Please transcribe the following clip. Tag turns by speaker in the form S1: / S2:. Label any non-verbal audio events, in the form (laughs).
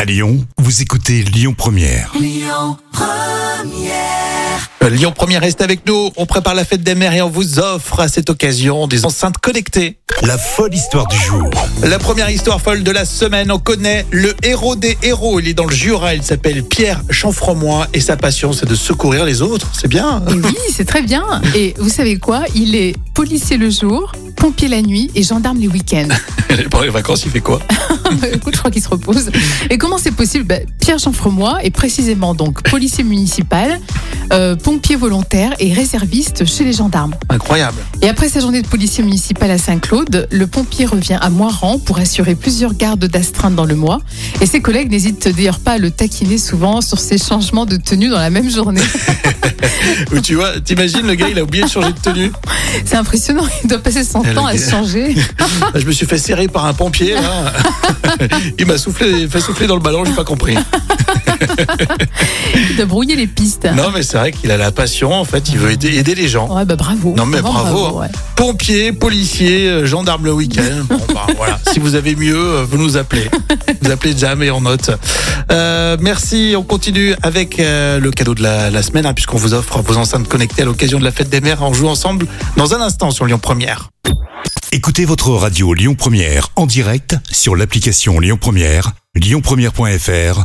S1: À Lyon, vous écoutez Lyon Première.
S2: Euh, Lyon Première reste avec nous. On prépare la fête des mères et on vous offre à cette occasion des enceintes connectées.
S1: La folle histoire du jour.
S2: La première histoire folle de la semaine, on connaît le héros des héros. Il est dans le Jura, il s'appelle Pierre Chanframois et sa passion c'est de secourir les autres. C'est (laughs) bien. hein
S3: Et oui, c'est très bien. Et vous savez quoi Il est policier le jour, pompier la nuit et gendarme les week-ends. (laughs)
S2: Pendant les vacances, il fait quoi
S3: Bah, Écoute, je crois qu'il se repose. Et comment c'est possible Bah, Pierre Chanfremois est précisément donc policier municipal, euh, pompier volontaire et réserviste chez les gendarmes.
S2: Incroyable.
S3: Et après sa journée de policier municipal à Saint-Claude, le pompier revient à Moiran pour assurer plusieurs gardes d'astreinte dans le mois. Et ses collègues n'hésitent d'ailleurs pas à le taquiner souvent sur ses changements de tenue dans la même journée.
S2: Ou tu vois, t'imagines le gars, il a oublié de changer de tenue.
S3: C'est impressionnant, il doit passer son
S2: Elle
S3: temps à
S2: est-
S3: se changer.
S2: Ah, Je me suis fait serrer par un pompier. là. (laughs) Il m'a soufflé, fait souffler dans le ballon, j'ai pas compris.
S3: Il doit brouiller les pistes.
S2: Non, mais c'est vrai qu'il a la passion. En fait, il veut aider, aider les gens.
S3: Ouais, bah bravo.
S2: Non, mais
S3: Vraiment
S2: bravo, hein.
S3: ouais.
S2: Pompiers, policiers, euh, gendarmes le week-end. Bon, bah, voilà. Si vous avez mieux, euh, vous nous appelez. Vous appelez Jam et on note. Euh, merci. On continue avec euh, le cadeau de la, la semaine, hein, puisqu'on vous offre vos enceintes connectées à l'occasion de la fête des mères. On joue ensemble dans un instant sur Lyon Première.
S1: Écoutez votre radio Lyon Première en direct sur l'application Lyon Première, lyonpremière.fr